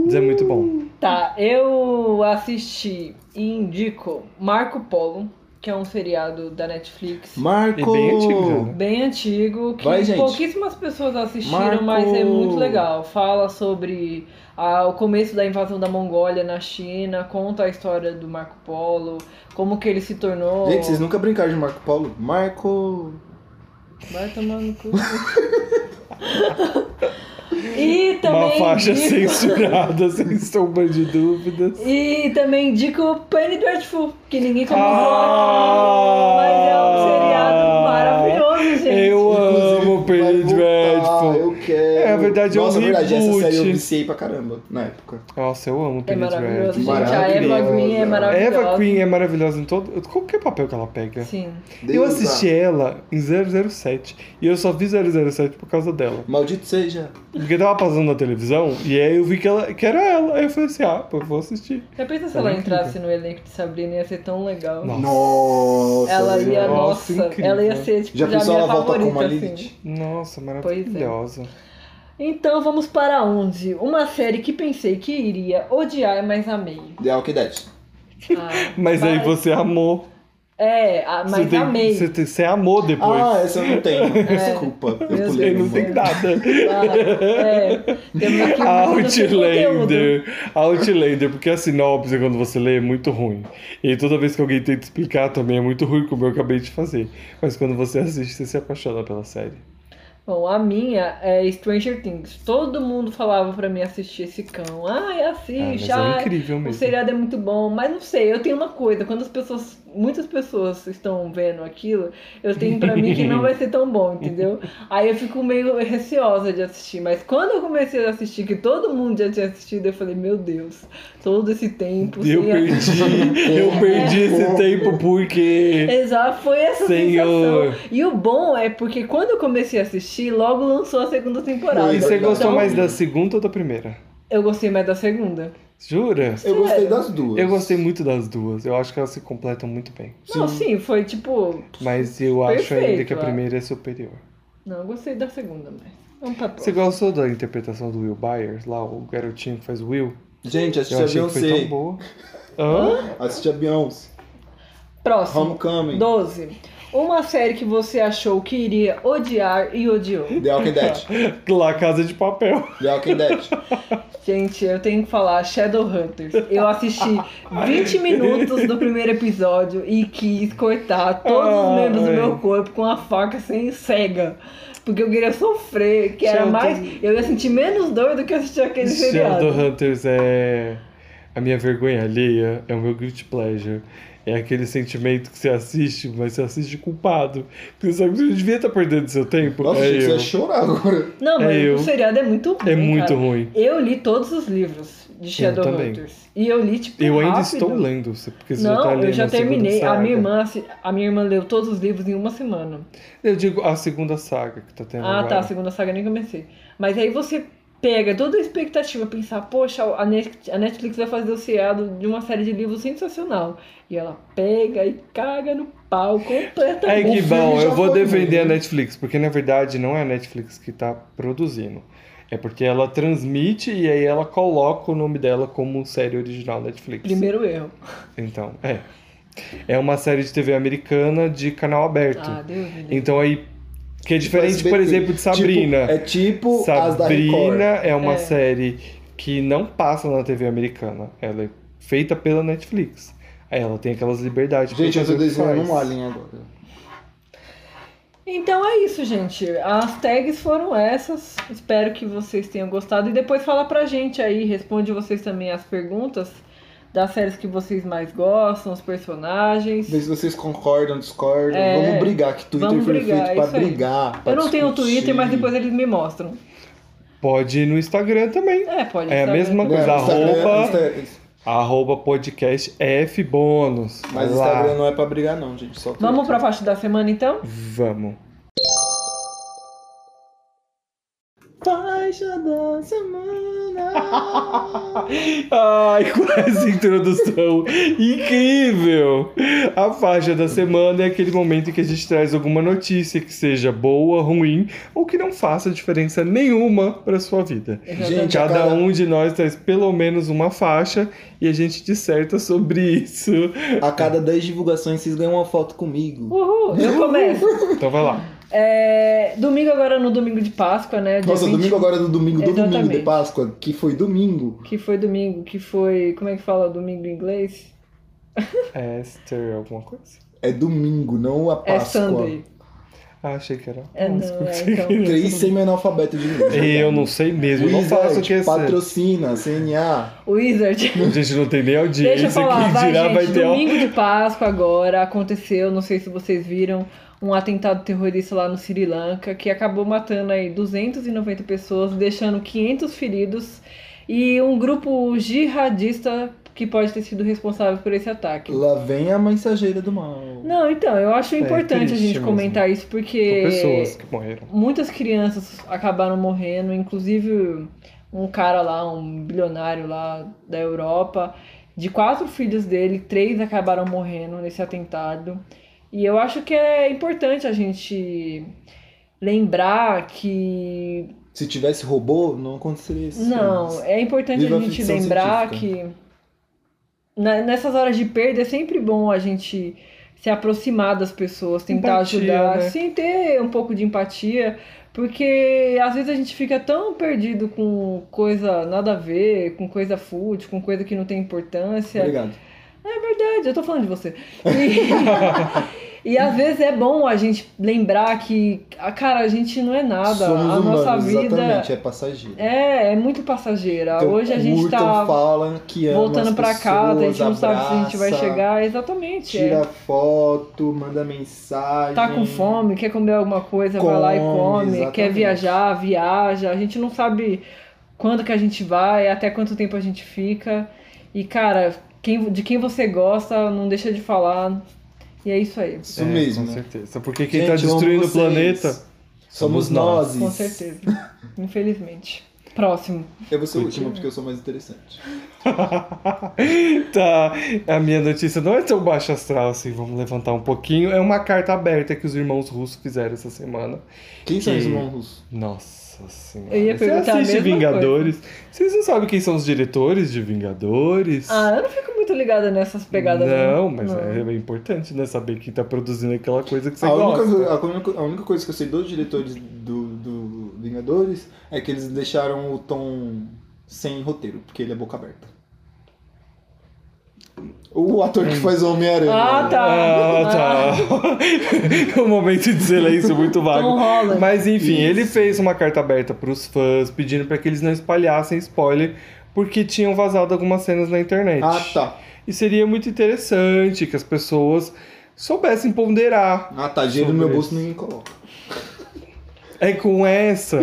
S1: Mas é muito bom.
S2: Tá, eu assisti e indico Marco Polo, que é um seriado da Netflix.
S1: E
S3: Marco!
S1: bem antigo, né?
S2: Bem antigo, que
S3: Vai, gente.
S2: pouquíssimas pessoas assistiram,
S3: Marco.
S2: mas é muito legal. Fala sobre ah, o começo da invasão da Mongólia na China, conta a história do Marco Polo, como que ele se tornou.
S3: Gente, vocês nunca brincaram de Marco Polo? Marco...
S2: Vai tomar no cu. e também.
S1: Uma faixa
S2: indico,
S1: censurada, sem sombra de dúvidas.
S2: E também indico Penny Dreadful, que ninguém comentou.
S1: Ah!
S2: mas é um é seriado maravilhoso, gente.
S1: Eu amo
S3: Inclusive, vai
S1: Penny
S3: voltar,
S1: Dreadful.
S3: Eu quero.
S1: É, vai verdade, é um
S3: Nossa, na verdade, essa série eu
S1: reboot.
S3: viciei pra caramba na época.
S1: Nossa, eu amo
S2: É
S1: Penny
S2: maravilhoso, gente.
S1: Dreadful.
S2: A Eva
S3: Maravilhosa.
S2: Green é
S1: A
S2: maravilhosa.
S1: Eva Queen é maravilhosa em todo. Qualquer papel que ela pega.
S2: Sim.
S1: eu
S3: Deus,
S1: assisti ela em 007 e eu só vi 007 por causa dela.
S3: ah, Maldito seja.
S1: Porque tava passando na televisão e aí eu vi que, ela, que era ela. Aí eu falei assim: ah, pô, eu vou assistir.
S2: Já pensa se
S1: Ela
S2: ela
S1: é incrível.
S2: entrasse no elenco de Sabrina, ia ser tão legal.
S1: Nossa.
S3: Nossa.
S2: ela ia,
S1: Nossa,
S2: nossa,
S1: incrível.
S2: ela ia ser tipo,
S3: Já
S2: já
S3: pensou
S2: minha
S3: ela volta
S2: favorita,
S3: como a
S2: assim.
S3: Lilith?
S1: Nossa,
S2: Pois é.
S1: maravilhosa.
S2: Então vamos para 11. Uma série que pensei que iria odiar, mas amei.
S3: The Walking Dead.
S2: Ah,
S1: Mas aí você amou.
S2: É, a-
S1: você
S2: mas
S1: tem-
S2: amei.
S1: Você, tem- você amou depois.
S3: Ah, essa eu não
S2: É.
S3: tenho. Desculpa. Eu
S2: Eu
S1: Você
S3: pulei
S1: não
S3: uma.
S1: tem nada.
S2: Ah, é. Temos aqui um mundo sem conteúdo.
S1: Outlander. Outlander, porque a sinopse, quando você lê, é muito ruim. E toda vez que alguém tenta explicar também é muito ruim, como eu acabei de fazer. Mas quando você assiste, você se apaixona pela série.
S2: Bom, a minha é Stranger Things. Todo mundo falava pra mim assistir esse cão. Ai,
S1: Ah, mas
S2: assiste.
S1: é
S2: ai,
S1: incrível
S2: o
S1: mesmo.
S2: seriado é muito bom. Mas não sei, eu tenho uma coisa. Quando as pessoas, muitas pessoas estão vendo aquilo, eu tenho pra mim que não vai ser tão bom, entendeu? Aí eu fico meio receosa de assistir. Mas quando eu comecei a assistir, que todo mundo já tinha assistido, eu falei, meu Deus, todo esse tempo.
S1: Eu
S2: sem
S1: perdi, eu perdi
S3: É.
S1: esse tempo porque.
S2: Exato, foi essa
S1: Senhor.
S2: sensação. E o bom é porque quando eu comecei a assistir, logo lançou a segunda temporada.
S1: E você
S3: Então-
S1: gostou mais da segunda ou da primeira?
S2: Eu gostei mais da segunda.
S1: Jura?
S3: Eu gostei das duas.
S1: Eu gostei muito das duas. Eu acho que elas se completam muito bem.
S2: Não, sim, foi tipo.
S1: Mas eu acho ainda que a
S2: Perfeito,
S1: primeira é superior.
S2: Não, eu gostei da segunda, mas. Vamos pra
S1: Você
S2: próxima.
S1: gostou da interpretação do Will Byers, lá, o garotinho que faz o Will?
S3: Gente, assisti
S1: Eu
S3: a
S1: achei que foi tão
S3: Beyoncé.
S1: boa. Hã?
S3: Assisti a Beyoncé.
S2: Próximo.
S3: Homecoming.
S2: 12. Uma série que você achou que iria odiar e odiou.
S3: The Walking Dead.
S1: Lá, Casa de Papel.
S3: The Walking Dead.
S2: Gente, eu tenho que falar Shadowhunters. Eu assisti 20 minutos do primeiro episódio e quis cortar todos os membros do
S1: Ai.
S2: meu corpo com uma faca sem cega. Porque eu queria sofrer, que era
S1: Sheldon.
S2: mais. Eu ia sentir menos dor do que assistir aquele seriado.
S1: Shadowhunters é a minha vergonha alheia, é o meu guilty pleasure. É aquele sentimento que você assiste, mas você assiste culpado. Porque você sabe que você devia estar perdendo seu tempo.
S3: Nossa,
S1: é
S3: gente, você
S1: eu.
S3: vai chorar agora.
S2: Não, mas
S1: É eu.
S2: o seriado é muito ruim.
S1: É muito
S2: cara.
S1: ruim.
S2: Eu li todos os livros
S1: também.
S2: de Shadowhunters. E eu li, tipo.
S1: Eu ainda
S2: rápido.
S1: estou lendo, você- porque você já tá
S2: Não,
S1: lendo
S2: eu já
S1: a segunda
S2: terminei. A
S1: saga.
S2: minha, irmã, assi- a minha irmã leu todos os livros em uma semana.
S1: Eu digo a segunda saga que tá tendo
S2: Ah, tá,
S1: agora.
S2: a segunda saga nem comecei. Mas aí você pega toda a expectativa, pensar, poxa, a Net- a Netflix vai fazer o seriado de uma série de livros sensacional. E ela pega e caga no pau
S1: É
S2: completamente.
S1: que
S3: O filme
S1: bom,
S3: já
S1: eu vou
S3: foi
S1: defender a
S3: bom, né?
S1: Netflix, porque na verdade não é a Netflix que tá produzindo. É porque ela transmite e aí ela coloca o nome dela como série original Netflix.
S2: Primeiro erro.
S1: Então, é. É uma série de TV americana de canal aberto.
S2: Ah, Deus me livre.
S1: então aí. Que é diferente, por exemplo, de Sabrina.
S3: Tipo, é tipo as da
S1: Sabrina
S3: Record.
S1: é uma
S2: É.
S1: série que não passa na TV americana. Ela é feita pela Netflix. Aí ela tem aquelas liberdades. pra
S3: Gente, eu
S1: fazer
S3: tô
S1: o que
S3: desenhando
S1: faz.
S3: um alien agora.
S2: Então é isso, gente. As tags foram essas. Espero que vocês tenham gostado. E depois fala pra gente aí, responde vocês também as perguntas das séries que vocês mais gostam, os personagens.
S3: Vê se vocês concordam, discordam.
S2: É.
S3: Vamos brigar, que Twitter
S2: Vamos
S3: foi
S2: brigar,
S3: feito
S2: é
S3: pra
S2: isso aí.
S3: brigar. pra
S2: Eu não tenho
S3: discutir.
S2: Twitter, mas depois eles me mostram.
S1: Pode ir no Instagram também.
S2: É, pode.
S1: É a
S2: saber.
S1: mesma
S3: Não,
S1: coisa.
S3: Instagram-
S1: Arroba,
S3: Insta-
S1: arroba podcast FBônus.
S3: Mas
S1: Lá.
S3: Instagram não é pra brigar, não, gente. Só
S2: Vamos pra
S3: Twitter.
S2: parte da semana então?
S1: Vamos.
S3: faixa da semana.
S1: Ai, com essa introdução incrível! A faixa da semana é aquele momento em que a gente traz alguma notícia que seja boa, ruim ou que não faça diferença nenhuma para sua vida.
S3: Gente,
S1: Cada
S3: cara-
S1: um de nós traz pelo menos uma faixa e a gente disserta sobre isso.
S3: A cada 10 divulgações, vocês ganham uma foto comigo.
S2: Uhul, eu começo.
S1: Então vai lá.
S2: É, domingo agora no domingo de Páscoa, né? dia
S3: Nossa,
S2: 20,
S3: domingo agora é do domingo do domingo de
S2: Exatamente.
S3: Páscoa, que foi domingo.
S2: Que foi domingo, que foi. Como é que fala domingo em inglês?
S1: Esther, alguma coisa?
S3: É domingo, não a
S2: É
S3: Páscoa.
S2: Sunday.
S1: Ah, achei que era.
S2: É, não,
S1: Nossa,
S2: é,
S1: pensei
S2: então.
S1: que
S3: Três semi-analfabetos de novo.
S1: era- Eu não sei mesmo, eu não
S3: Wizard,
S1: faço o que é sério.
S3: Patrocina, CNA.
S2: Wizard.
S1: A gente não tem nem audiência,
S2: Deixa eu falar,
S1: quem
S2: vai,
S1: dirá
S2: gente.
S1: vai ter... um-
S2: Domingo de Páscoa agora aconteceu, não sei se vocês viram, um atentado terrorista lá no Sri Lanka que acabou matando aí 290 pessoas, deixando 500 feridos e um grupo jihadista que pode ter sido responsável por esse ataque.
S3: Lá vem a mensageira do mal.
S2: Não, então, eu acho importante a
S1: É, triste
S2: gente
S1: mesmo.
S2: comentar isso porque
S1: São pessoas que morreram.
S2: muitas crianças acabaram morrendo, inclusive um cara lá, um bilionário lá da Europa, de quatro filhos dele, três acabaram morrendo nesse atentado. E eu acho que é importante a gente lembrar que
S3: Se tivesse robô, não aconteceria isso.
S2: não, é importante
S3: Viva
S2: a
S3: a
S2: gente
S3: ficção
S2: lembrar
S3: científica.
S2: que na- nessas horas de perda é sempre bom a gente se aproximar das pessoas, tentar
S1: Empatia,
S2: ajudar,
S1: né?
S2: sim, ter um pouco de empatia, porque às vezes a gente fica tão perdido com coisa nada a ver, com coisa fútil, com coisa que não tem importância.
S3: Obrigado.
S2: É verdade, eu tô falando de você. E, e às vezes é bom a gente lembrar que, ah, cara, a gente não é nada,
S3: Somos
S2: a
S3: humanos,
S2: nossa vida
S3: exatamente, é passageiro.
S2: é, é muito passageira.
S3: Então,
S2: Hoje a gente
S3: curtam,
S2: tá
S3: falam que ama
S2: voltando
S3: as
S2: pra casa, a gente não
S3: pessoas,
S2: sabe se a gente vai
S3: abraça,
S2: chegar. Exatamente. é.
S3: Tira foto, manda mensagem.
S2: Tá com fome, quer comer alguma coisa, vai
S3: Come,
S2: lá e come. Quer
S3: exatamente.
S2: viajar, viaja. A gente não sabe quando que a gente vai, até quanto tempo a gente fica. E, cara, quem, de quem você gosta, não deixa de falar. E é isso aí.
S3: Isso
S1: É,
S3: mesmo.
S1: Com
S3: né?
S1: certeza. Porque quem
S3: Gente,
S1: tá
S3: eu amo
S1: destruindo o
S3: vocês.
S1: planeta.
S3: Somos
S1: somos nós.
S3: nós.
S2: Com certeza. Infelizmente. Próximo.
S3: Eu vou ser o último porque eu sou mais interessante.
S1: tá. A minha notícia não é tão baixa astral assim, vamos levantar um pouquinho. É uma carta aberta que os irmãos russos fizeram essa semana.
S3: Quem são
S1: Que-
S3: os irmãos russos?
S1: Nossa senhora.
S2: Eu ia perguntar
S1: Você
S2: a
S1: assiste
S2: mesma
S1: Vingadores? Vocês não sabem quem são os diretores de Vingadores?
S2: Ah, eu não fico muito ligada nessas pegadas.
S1: Não, mas
S2: Não.
S1: é importante, né? Saber quem tá produzindo aquela coisa que você
S3: Ah, A
S1: gosta.
S3: única, a, única, a única coisa que eu sei dos diretores do, do Vingadores é que eles deixaram o Tom sem roteiro, porque ele é boca aberta. O ator que faz o Homem-Aranha.
S2: Ah, tá.
S1: Hum. Ah, tá. um momento de silêncio muito
S2: Tom
S1: vago.
S2: Holland.
S1: Mas enfim,
S3: Isso.
S1: ele fez uma carta aberta pros fãs, pedindo pra que eles não espalhassem spoiler, porque tinham vazado algumas cenas na internet.
S3: Ah, tá.
S1: E seria muito interessante que as pessoas soubessem ponderar.
S3: Ah, tá. Dinheiro no meu
S1: Sobre
S3: bolso ninguém coloca.
S1: É com essa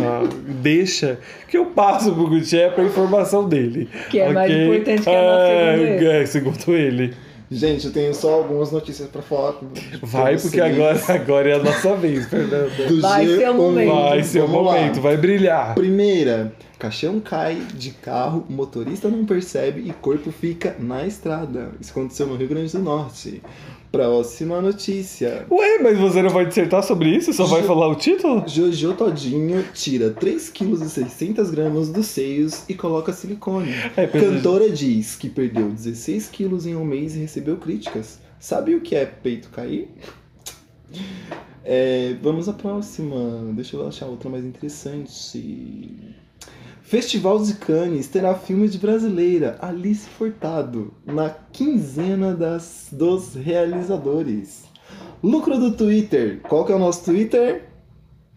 S1: deixa que eu passo pro Gutierrez pra informação dele.
S2: Que é mais
S1: ok?
S2: importante que a nossa, segundo ele.
S1: É, é, segundo ele.
S3: Gente, eu tenho só algumas notícias pra falar. com-
S1: Vai,
S3: com
S1: porque
S3: vocês.
S1: agora, agora é a nossa vez, Fernanda.
S3: Do
S2: Vai ser o
S3: G1.
S2: momento.
S1: Vai ser o
S3: Vamos lá.
S1: momento, vai brilhar.
S3: Primeira, caixão cai de carro, motorista não percebe e corpo fica na estrada. Isso aconteceu no Rio Grande do Norte. Próxima notícia.
S1: Ué, mas você não vai dissertar sobre isso? Só vai
S3: Ju-
S1: falar o título?
S3: Jojo Todinho tira 3,6 kg dos seios e coloca silicone.
S1: É, pelo-
S3: Cantora diz que perdeu 16 quilos em um mês e recebeu críticas. Sabe o que é peito cair? É, vamos à próxima. Deixa eu achar outra mais interessante. Festival de Cannes terá filme de brasileira Alice Furtado na quinzena das, dos realizadores. Lucro do Twitter. Qual que é o nosso Twitter?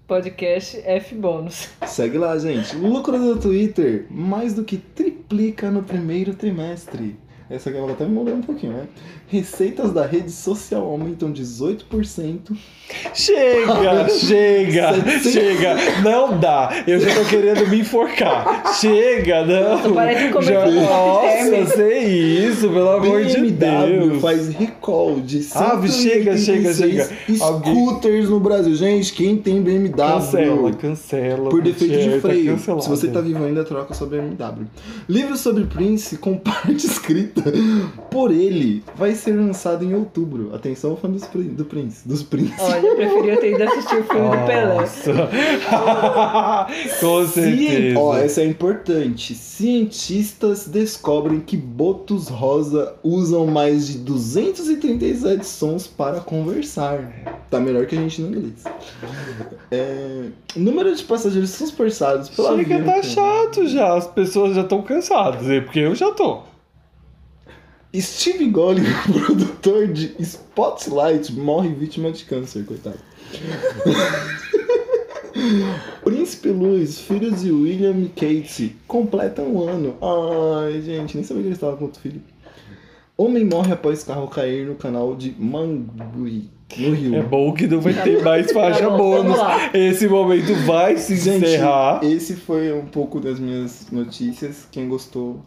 S2: Podcast F bônus.
S3: Segue lá, gente. O lucro do Twitter mais do que triplica no primeiro trimestre. Essa aqui ela até me mudou um pouquinho, né? Receitas da rede social aumentam 18%.
S1: Chega, chega,
S3: Setecentos-
S1: chega. Não dá. Eu já tô querendo me enforcar. Chega,
S2: Nossa,
S1: não.
S2: parece um
S1: já...
S2: comercial do
S1: Nossa,
S2: Guilherme.
S1: sei isso, pelo amor de Deus.
S3: faz recall de
S1: Ah, chega, chega,
S3: 186
S1: Alguém-
S3: scooters no Brasil. Gente, quem tem BMW?
S1: Cancela, cancela.
S3: Por defeito de
S1: Gutierrez, tá
S3: freio.
S1: cancelado.
S3: Se você tá vivo ainda, troca sua BMW. Livro sobre Prince com parte escrita por ele vai ser lançado em outubro. Atenção, fã dos, Prin- do Prince. Dos Prince.
S2: Olha, eu preferia ter ido assistir o filme do Pelé.
S1: Nossa. Com certeza.
S3: Ó, essa é importante. Cientistas descobrem que botos rosa usam mais de 237 sons para conversar. Tá melhor que a gente no inglês. É, número de passageiros dispersados pela
S1: Chega,
S3: via-
S1: tá chato já. As pessoas já estão cansadas, né? porque eu já tô.
S3: Steve Golling, produtor de Spotlight, morre vítima de câncer, coitado. Príncipe Luiz, filho de William e Kate, completa um ano. Ai, gente, nem sabia que ele estava com outro filho. Homem morre após carro cair no canal de Mangui, no Rio.
S1: É bom que não vai ter mais faixa
S2: Tá bom,
S1: bônus.
S2: Vamos lá.
S1: Esse momento vai se
S3: Gente,
S1: encerrar.
S3: esse foi um pouco das minhas notícias. Quem gostou,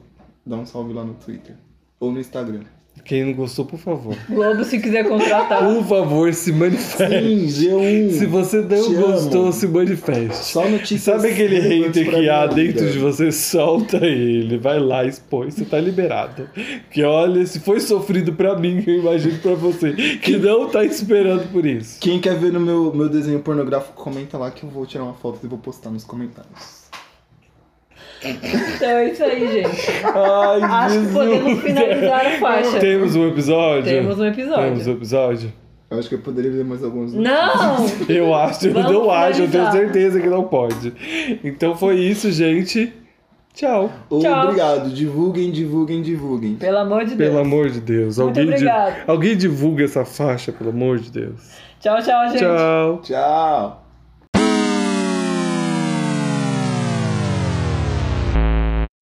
S3: dá um salve lá no Twitter ou no Instagram.
S1: Quem não gostou, por favor.
S2: Globo, se quiser contratar.
S1: Por favor, se manifeste.
S3: Sim, G1.
S1: Se você não
S3: Te
S1: gostou,
S3: amo.
S1: se manifeste.
S3: Só notícias.
S1: Sabe
S2: é
S1: aquele
S3: relevantes
S1: hater
S3: pra
S1: que
S3: minha
S1: há
S3: vida.
S1: dentro de você? Solta ele, vai lá, expõe, você tá liberado. Que olha, se foi sofrido pra mim, eu imagino pra você, que não tá esperando por isso.
S3: Quem quer ver no meu, meu desenho pornográfico, comenta lá que eu vou tirar uma foto e vou postar nos comentários.
S2: Então é isso aí, gente.
S1: Ai,
S2: Acho que podemos finalizar a faixa.
S1: Temos um episódio?
S2: Temos um episódio.
S1: Temos um episódio?
S3: Eu acho que eu poderia ver mais alguns.
S2: Não!
S1: Eu acho, eu
S2: Vamos
S1: não acho, eu tenho
S2: finalizar.
S1: certeza que não pode. Então foi isso, gente. Tchau.
S2: Tchau.
S3: Obrigado. Divulguem, divulguem, divulguem.
S2: Pelo amor de Deus.
S1: Pelo amor de Deus.
S2: Muito
S1: Alguém, di-
S2: obrigada.
S1: alguém divulga essa faixa, pelo amor de Deus.
S2: Tchau, tchau, gente.
S1: Tchau.
S3: Tchau.